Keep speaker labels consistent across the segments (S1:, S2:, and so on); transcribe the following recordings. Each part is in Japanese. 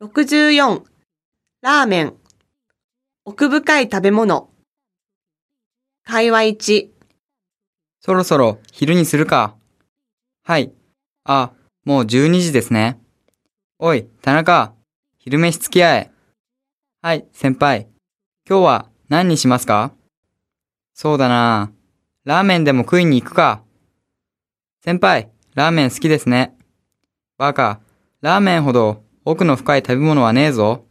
S1: 64. ラーメン。奥深い食べ物。会話1。
S2: そろそろ昼にするか。はい。あ、もう12時ですね。おい、田中。昼飯付き合え。はい、先輩。今日は何にしますかそうだなラーメンでも食いに行くか。先輩、ラーメン好きですね。バカ、ラーメンほど奥の深い食べ物はねえぞ。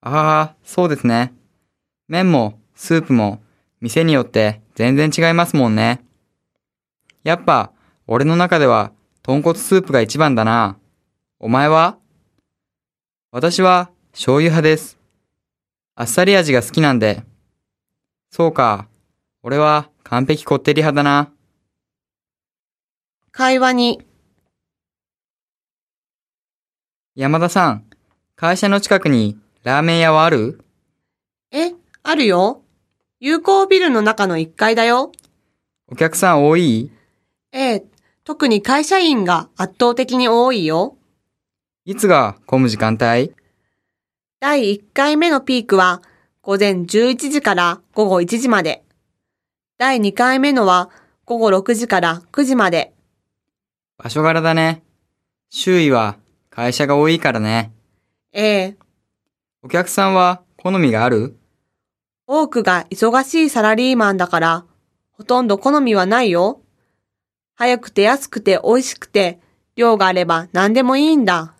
S2: ああ、そうですね。麺もスープも店によって全然違いますもんね。やっぱ、俺の中では豚骨スープが一番だな。お前は私は醤油派です。あっさり味が好きなんで。そうか。俺は完璧こってり派だな。
S1: 会話2。
S2: 山田さん、会社の近くにラーメン屋はある
S1: え、あるよ。有効ビルの中の1階だよ。
S2: お客さん多い
S1: ええ、特に会社員が圧倒的に多いよ。
S2: いつが混む時間帯
S1: 第1回目のピークは午前11時から午後1時まで。第2回目のは午後6時から9時まで。
S2: 場所柄だね。周囲は会社が多いからね。
S1: ええ、
S2: お客さんは好みがある
S1: 多くが忙しいサラリーマンだから、ほとんど好みはないよ。早くて安くて美味しくて、量があれば何でもいいんだ。